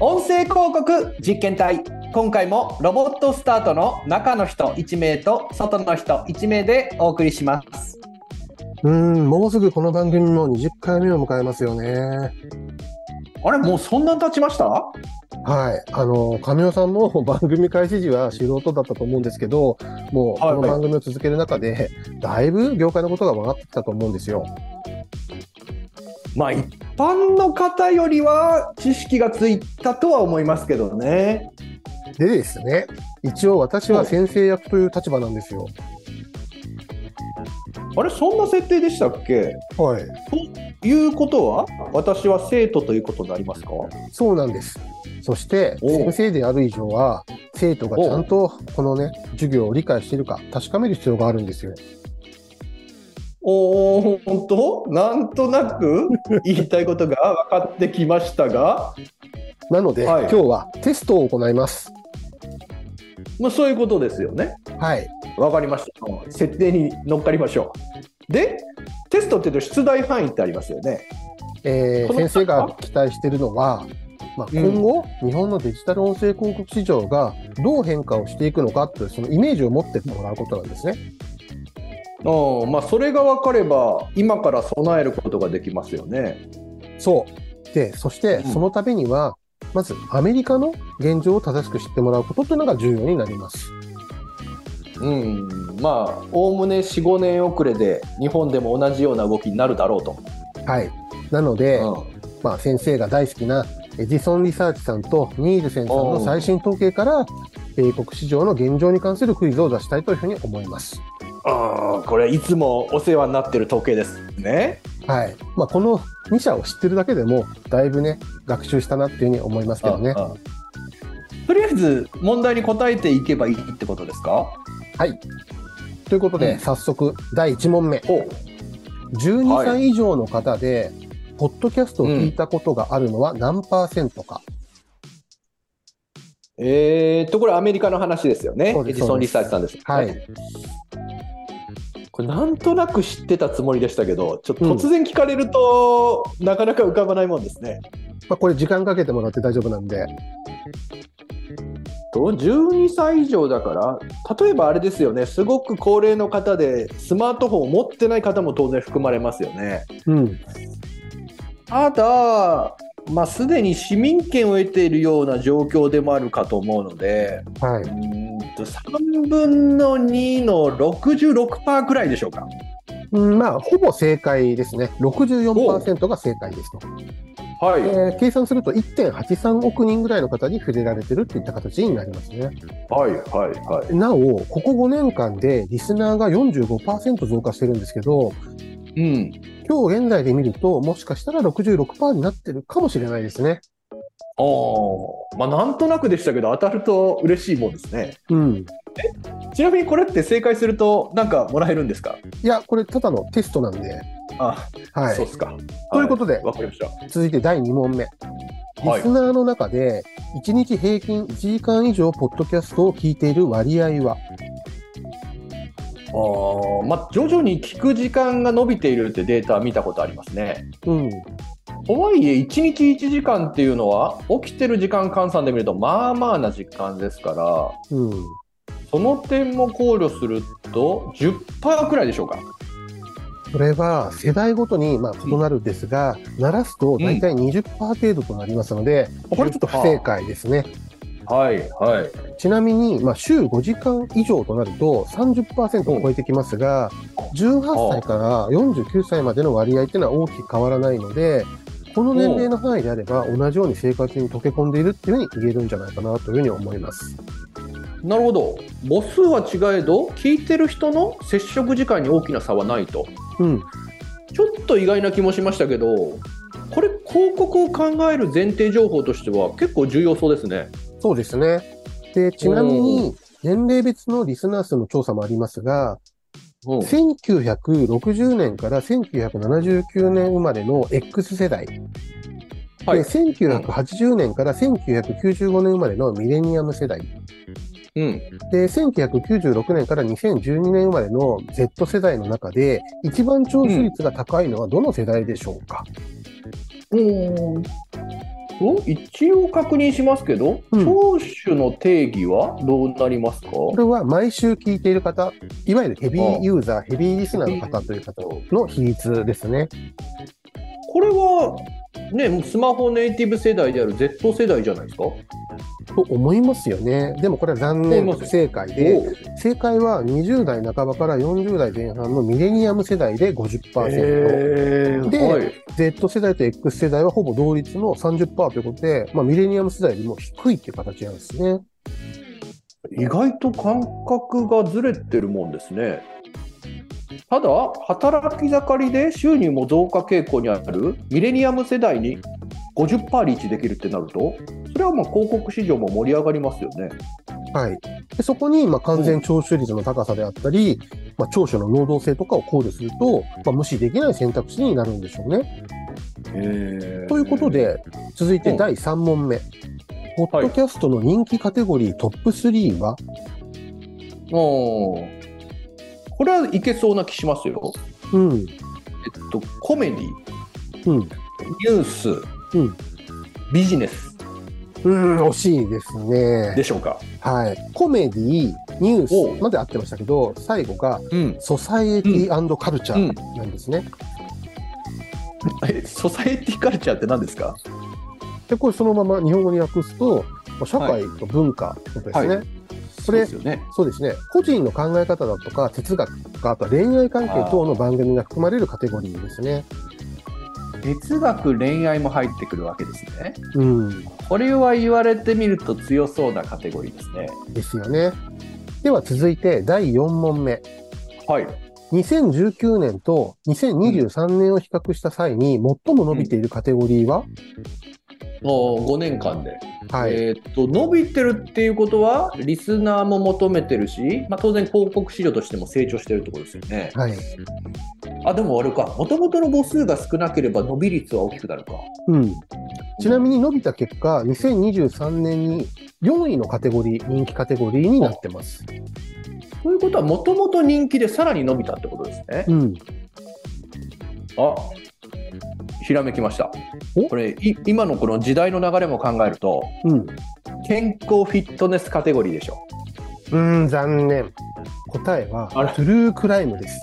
音声広告実験隊今回もロボットスタートの中の人1名と外の人1名でお送りしますうーん、もうすぐこの番組も20回目を迎えますよね。あれもうそんなに経ちましたはい。あの、神尾さんも番組開始時は素人だったと思うんですけど、もうはいこの番組を続ける中で、だいぶ業界のことが分かってきたと思うんですよ。まあ一般の方よりは知識がついたとは思いますけどねでですね、一応私は先生役という立場なんですよ。あれそんな設定でしたっけはい。いうことは私は生徒ということになりますかそうなんです。そして、おう先生である以上は、生徒がちゃんとこのね、授業を理解しているか確かめる必要があるんですよ。おー本当なんとなく言いたいことが分かってきましたが、なので、はい今日はテストを行います。まあ、そういうことですよねはい。わかりました設定に乗っかりましょうでテストっていうと出題範囲ってありますよねえこーの先生が期待しているのは、まあ、うん今後、日本のデジタル音声広告市場がどう変化をしていくのかというそのイメージを持ってもらうことなんですね。うんまあそれが分かれば今から備えることができますよねそうでそしてうんそのためには、まずアメリカの現状を正しく知ってもらうことというのが重要になります。うんまあおおむね45年遅れで日本でも同じような動きになるだろうと、はい、なので、うまあ、先生が大好きなエジソンリサーチさんとニールセンさんの最新統計から米国市場の現状に関するクイズを出したいというふうに思います。んうん、これいつもお世話になってる統計ですねはいまあ、この2社を知ってるだけでもだいぶね学習したなっていうふうに思いますけどねああとりあえず問題に答えていけばいいってことですかということで、うん早速第1問目おは12い歳以上の方で、ポッドキャストを聞いたことがあるのは何パーセントか、えー、っとこれアメリカの話ですよねそうでエすジソンリサーチさんです、はいこれなんとなく知ってたつもりでしたけどちょっと突然聞かれると、なかなか浮かばないもんですねまあ、これ時間かけてもらって大丈夫なんでと12歳以上だから例えばあれですよねすごく高齢の方でスマートフォンを持ってない方も当然含まれますよねうんただ、まあ、すでに市民権を得ているような状況でもあるかと思うので、はういーんと3分の2の66%くらいでしょうか。うんまあほぼ正解ですね64%が正解ですと、はえー計算すると1.83億人ぐらいの方に触れられてるっていった形になりますねはいはいはなおここ5年間でリスナーが45%増加してるんですけどい。うん。今日現在で見ると、もしかしたら66%になってるかもしれないですね。ああ、まあなんとなくでしたけど当たると嬉しいもんですね。うん。ちなみにこれって正解するとなんかもらえるんですか。いや、これただのテストなんで。あ、はそうい。ですか。ということではわかりました。続いて第2問目。はリいスナーの中で、1日平均1時間以上、ポッドキャストを聞いている割合は、ああ、まあ徐々に聞く時間が伸びているってデータは見たことありますね。うん。とはいえ1日1時間っていうのは起きてる時間換算で見るとまあまあな時間ですからうん。その点も考慮すると10%くらいでしょうかこれは世代ごとにまあ異なるんですが、鳴らすと大体20%程度となりますので、これちょっと不正解ですね。はいはいちなみに、まあ、週5時間以上となると30%を超えてきますが、18歳から49歳までの割合っていうのは大きく変わらないので、この年齢の範囲であれば、同じように生活に溶け込んでいるっていうふうに言えるんじゃないかなというふうに思います。なるほど母数は違えど聞いてる人の接触時間に大きな差はないとうん。ちょっと意外な気もしましたけどこれ広告を考える前提情報としては結構重要そうですねそうですね。で、ちなみに、年齢別のリスナー数の調査もありますが、うん1960年から1979年生まれの X 世代。はいで、1980年から1995年生まれのミレニアム世代。うんで、1996年から2012年生まれの Z 世代の中で、一番聴取率が高いのはどの世代でしょうか、うーんお一応確認しますけど、うん聴取の定義はどうなりますかこれは毎週聞いている方、いわゆるヘビーユーザー、ヘビーリスナーの方という方の比率ですね。これはねもうスマホネイティブ世代である Z 世代じゃないですかと思いますよね。でもこれは残念思い不ます正解で、正解は20代半ばから40代前半のミレニアム世代でお50%、へーではい、 Z 世代と X 世代はほぼ同率の30%ということで、まあ、ミレニアム世代よりも低いっていう形なんですね。意外と感覚がずれてるもんですねただ働き盛りで収入も増加傾向にあるミレニアム世代に50%リーチできるってなるとそれはまあ広告市場も盛り上がりますよねはい、でそこにまあ完全聴取率の高さであったり、まあ、聴取の能動性とかを考慮すると、まあ、無視できない選択肢になるんでしょうね。ということで、続いて第3問目。ポッドキャストの人気カテゴリートップ3は、おーこれはいけそうな気しますようん、えっとコメディうん、ニュース、うんビジネスうん、惜しいですね。でしょうか。はい。コメディ、ニュおースまで合ってましたけど、最後が、うん、ソサエティカルチャーなんですね。えソサエティカルチャーって何ですかで、これそのまま日本語に訳すと、まあ社会と文化のことですね。はそそれうですよね。そうですね。個人の考え方だとか、哲学とか、あとは恋愛関係等の番組が含まれるカテゴリーですね。哲学、恋愛も入ってくるわけですね。うん。これは言われてみると強そうなカテゴリーですね。ですよね。では続いて第4問目。はい。 2019年と2023年を比較した際に最も伸びているカテゴリーは、お5年間で、はい。えーっと伸びてるっていうことはリスナーも求めてるし、まあ、当然広告市場としても成長してるってことですよね。はい。あでもあれかもともとの母数が少なければ伸び率は大きくなるか。うん。ちなみに伸びた結果、2023年に4位のカテゴリー、人気カテゴリーになってます。ということはもともと人気でさらに伸びたってことですね。うん。あひらめきましたおこれい今のこの時代の流れも考えるとうん。健康フィットネスカテゴリーでしょ うん、残念。答えはあら、トゥルークライムです。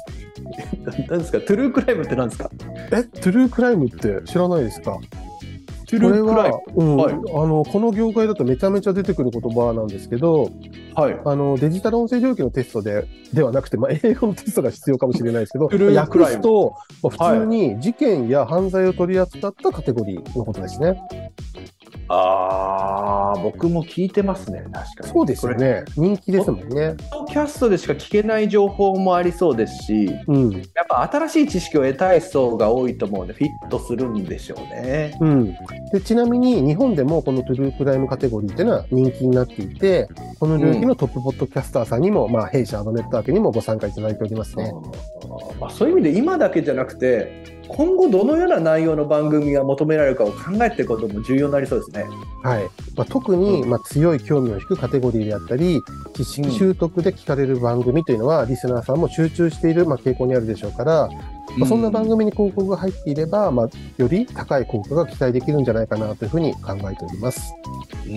何ですかトゥルークライムって何ですかえ、トゥルークライムって知らないですかトゥルークライムこれは、うんはいあのこの業界だとめちゃめちゃ出てくる言葉なんですけどはいあのデジタル音声領域のテストでではなくて、まあ、英語のテストが必要かもしれないですけどトゥルーク訳ライムすと、まあ普通に事件や犯罪を取り扱ったカテゴリーのことですね。あー僕も聞いてますね確かにそうですよこれね人気ですもんね。ポッドキャストでしか聞けない情報もありそうですしうんやっぱ新しい知識を得たい層が多いと思うんでフィットするんでしょうねうん、でちなみに日本でもこのトゥルークライムカテゴリーっていうのは人気になっていてこの領域のトップポッドキャスターさんにも、まあ、弊社アドネットワークにもご参加いただいておりますね。うんまあ、そういう意味で今だけじゃなくて今後どのような内容の番組が求められるかを考えていくことも重要になりそうですね。はいまあ、特に、うんまあ、強い興味を引くカテゴリーであったり知識習得で聞かれる番組というのは、リスナーさんも集中している、まあ、傾向にあるでしょうから、まあ、そんな番組に広告が入っていれば、まあ、より高い効果が期待できるんじゃないかなというふうに考えております。う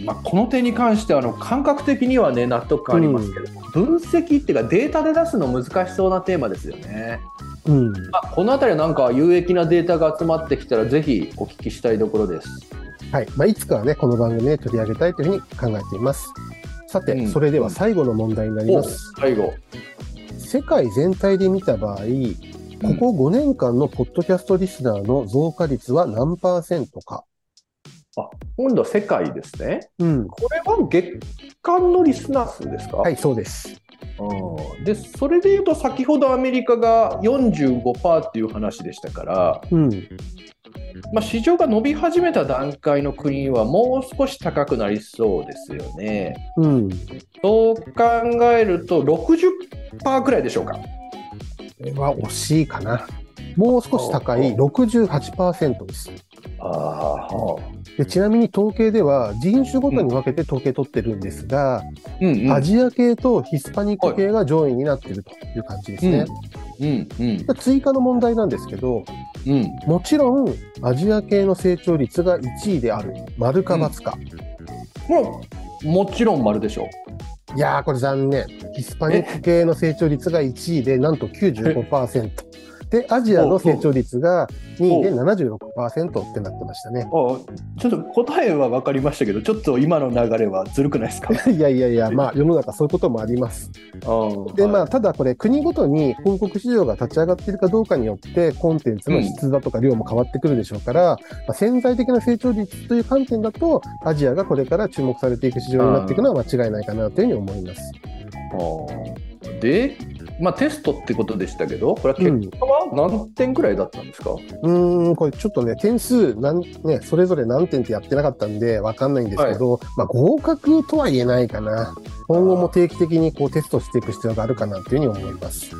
んまあ、この点に関してはあの感覚的にはね納得感ありますけど、分析っていうかデータで出すの難しそうなテーマですよね。うん、まあ、この辺りはなんか有益なデータが集まってきたらぜひお聞きしたいところです。はい、まあ、いつかはね、この番組で取り上げたいというふうに考えています。さて、うんそれでは最後の問題になりおます。最後世界全体で見た場合、ここ5年間のポッドキャストリスナーの増加率は何パーセントか。今度は世界ですね。うん。これは月間のリスナー数ですか、はい、そうです。うんでそれでいうと先ほどアメリカが45%っていう話でしたから、うん。まあ、市場が伸び始めた段階の国はもう少し高くなりそうですよね。うん。そう考えると60%くらいでしょうか。これは惜しいかな。もう少し高い68%です。あでちなみに統計では人種ごとに分けて統計取ってるんですが、うんうんアジア系とヒスパニック系が上位になってるという感じですね。うんうんうん追加の問題なんですけど、うんもちろんアジア系の成長率が1位である、丸か×か。もうもちろん丸でしょいやー、これ残念。ヒスパニック系の成長率が1位で、なんと95%。で、アジアの成長率が2位で76%ってなってましたね。あ ちょっと答えは分かりましたけどちょっと今の流れはずるくないですかいやいやいや、まあ世の中そういうこともあります。で、まあただこれ国ごとに広告市場が立ち上がっているかどうかによってコンテンツの質だとか量も変わってくるでしょうから、まあ、潜在的な成長率という観点だとアジアがこれから注目されていく市場になっていくのは間違いないかなというふうに思います。あで、まあ、テストってことでしたけどこれはう結ん果は何点くらいだったんですか、うーん、これちょっとね、点数なん、ね、それぞれ何点ってやってなかったんで、わかんないんですけど、まあ、合格とは言えないかな。今後も定期的にこうテストしていく必要があるかなというふうに思います。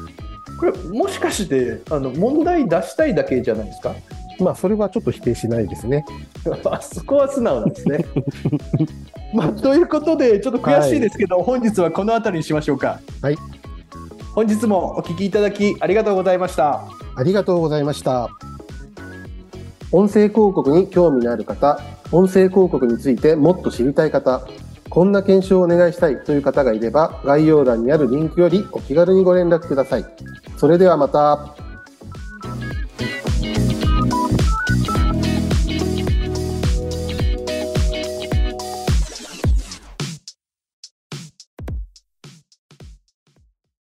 これもしかしてあの問題出したいだけじゃないですかまあ、それはちょっと否定しないですね。 あそこは素直なんですねまあ、ということでちょっと悔しいですけど、本日はこの辺りにしましょうかはい本日もお聞きいただきありがとうございましたありがとうございました。音声広告に興味のある方、音声広告についてもっと知りたい方、こんな検証をお願いしたいという方がいれば、概要欄にあるリンクよりお気軽にご連絡ください。それではまた。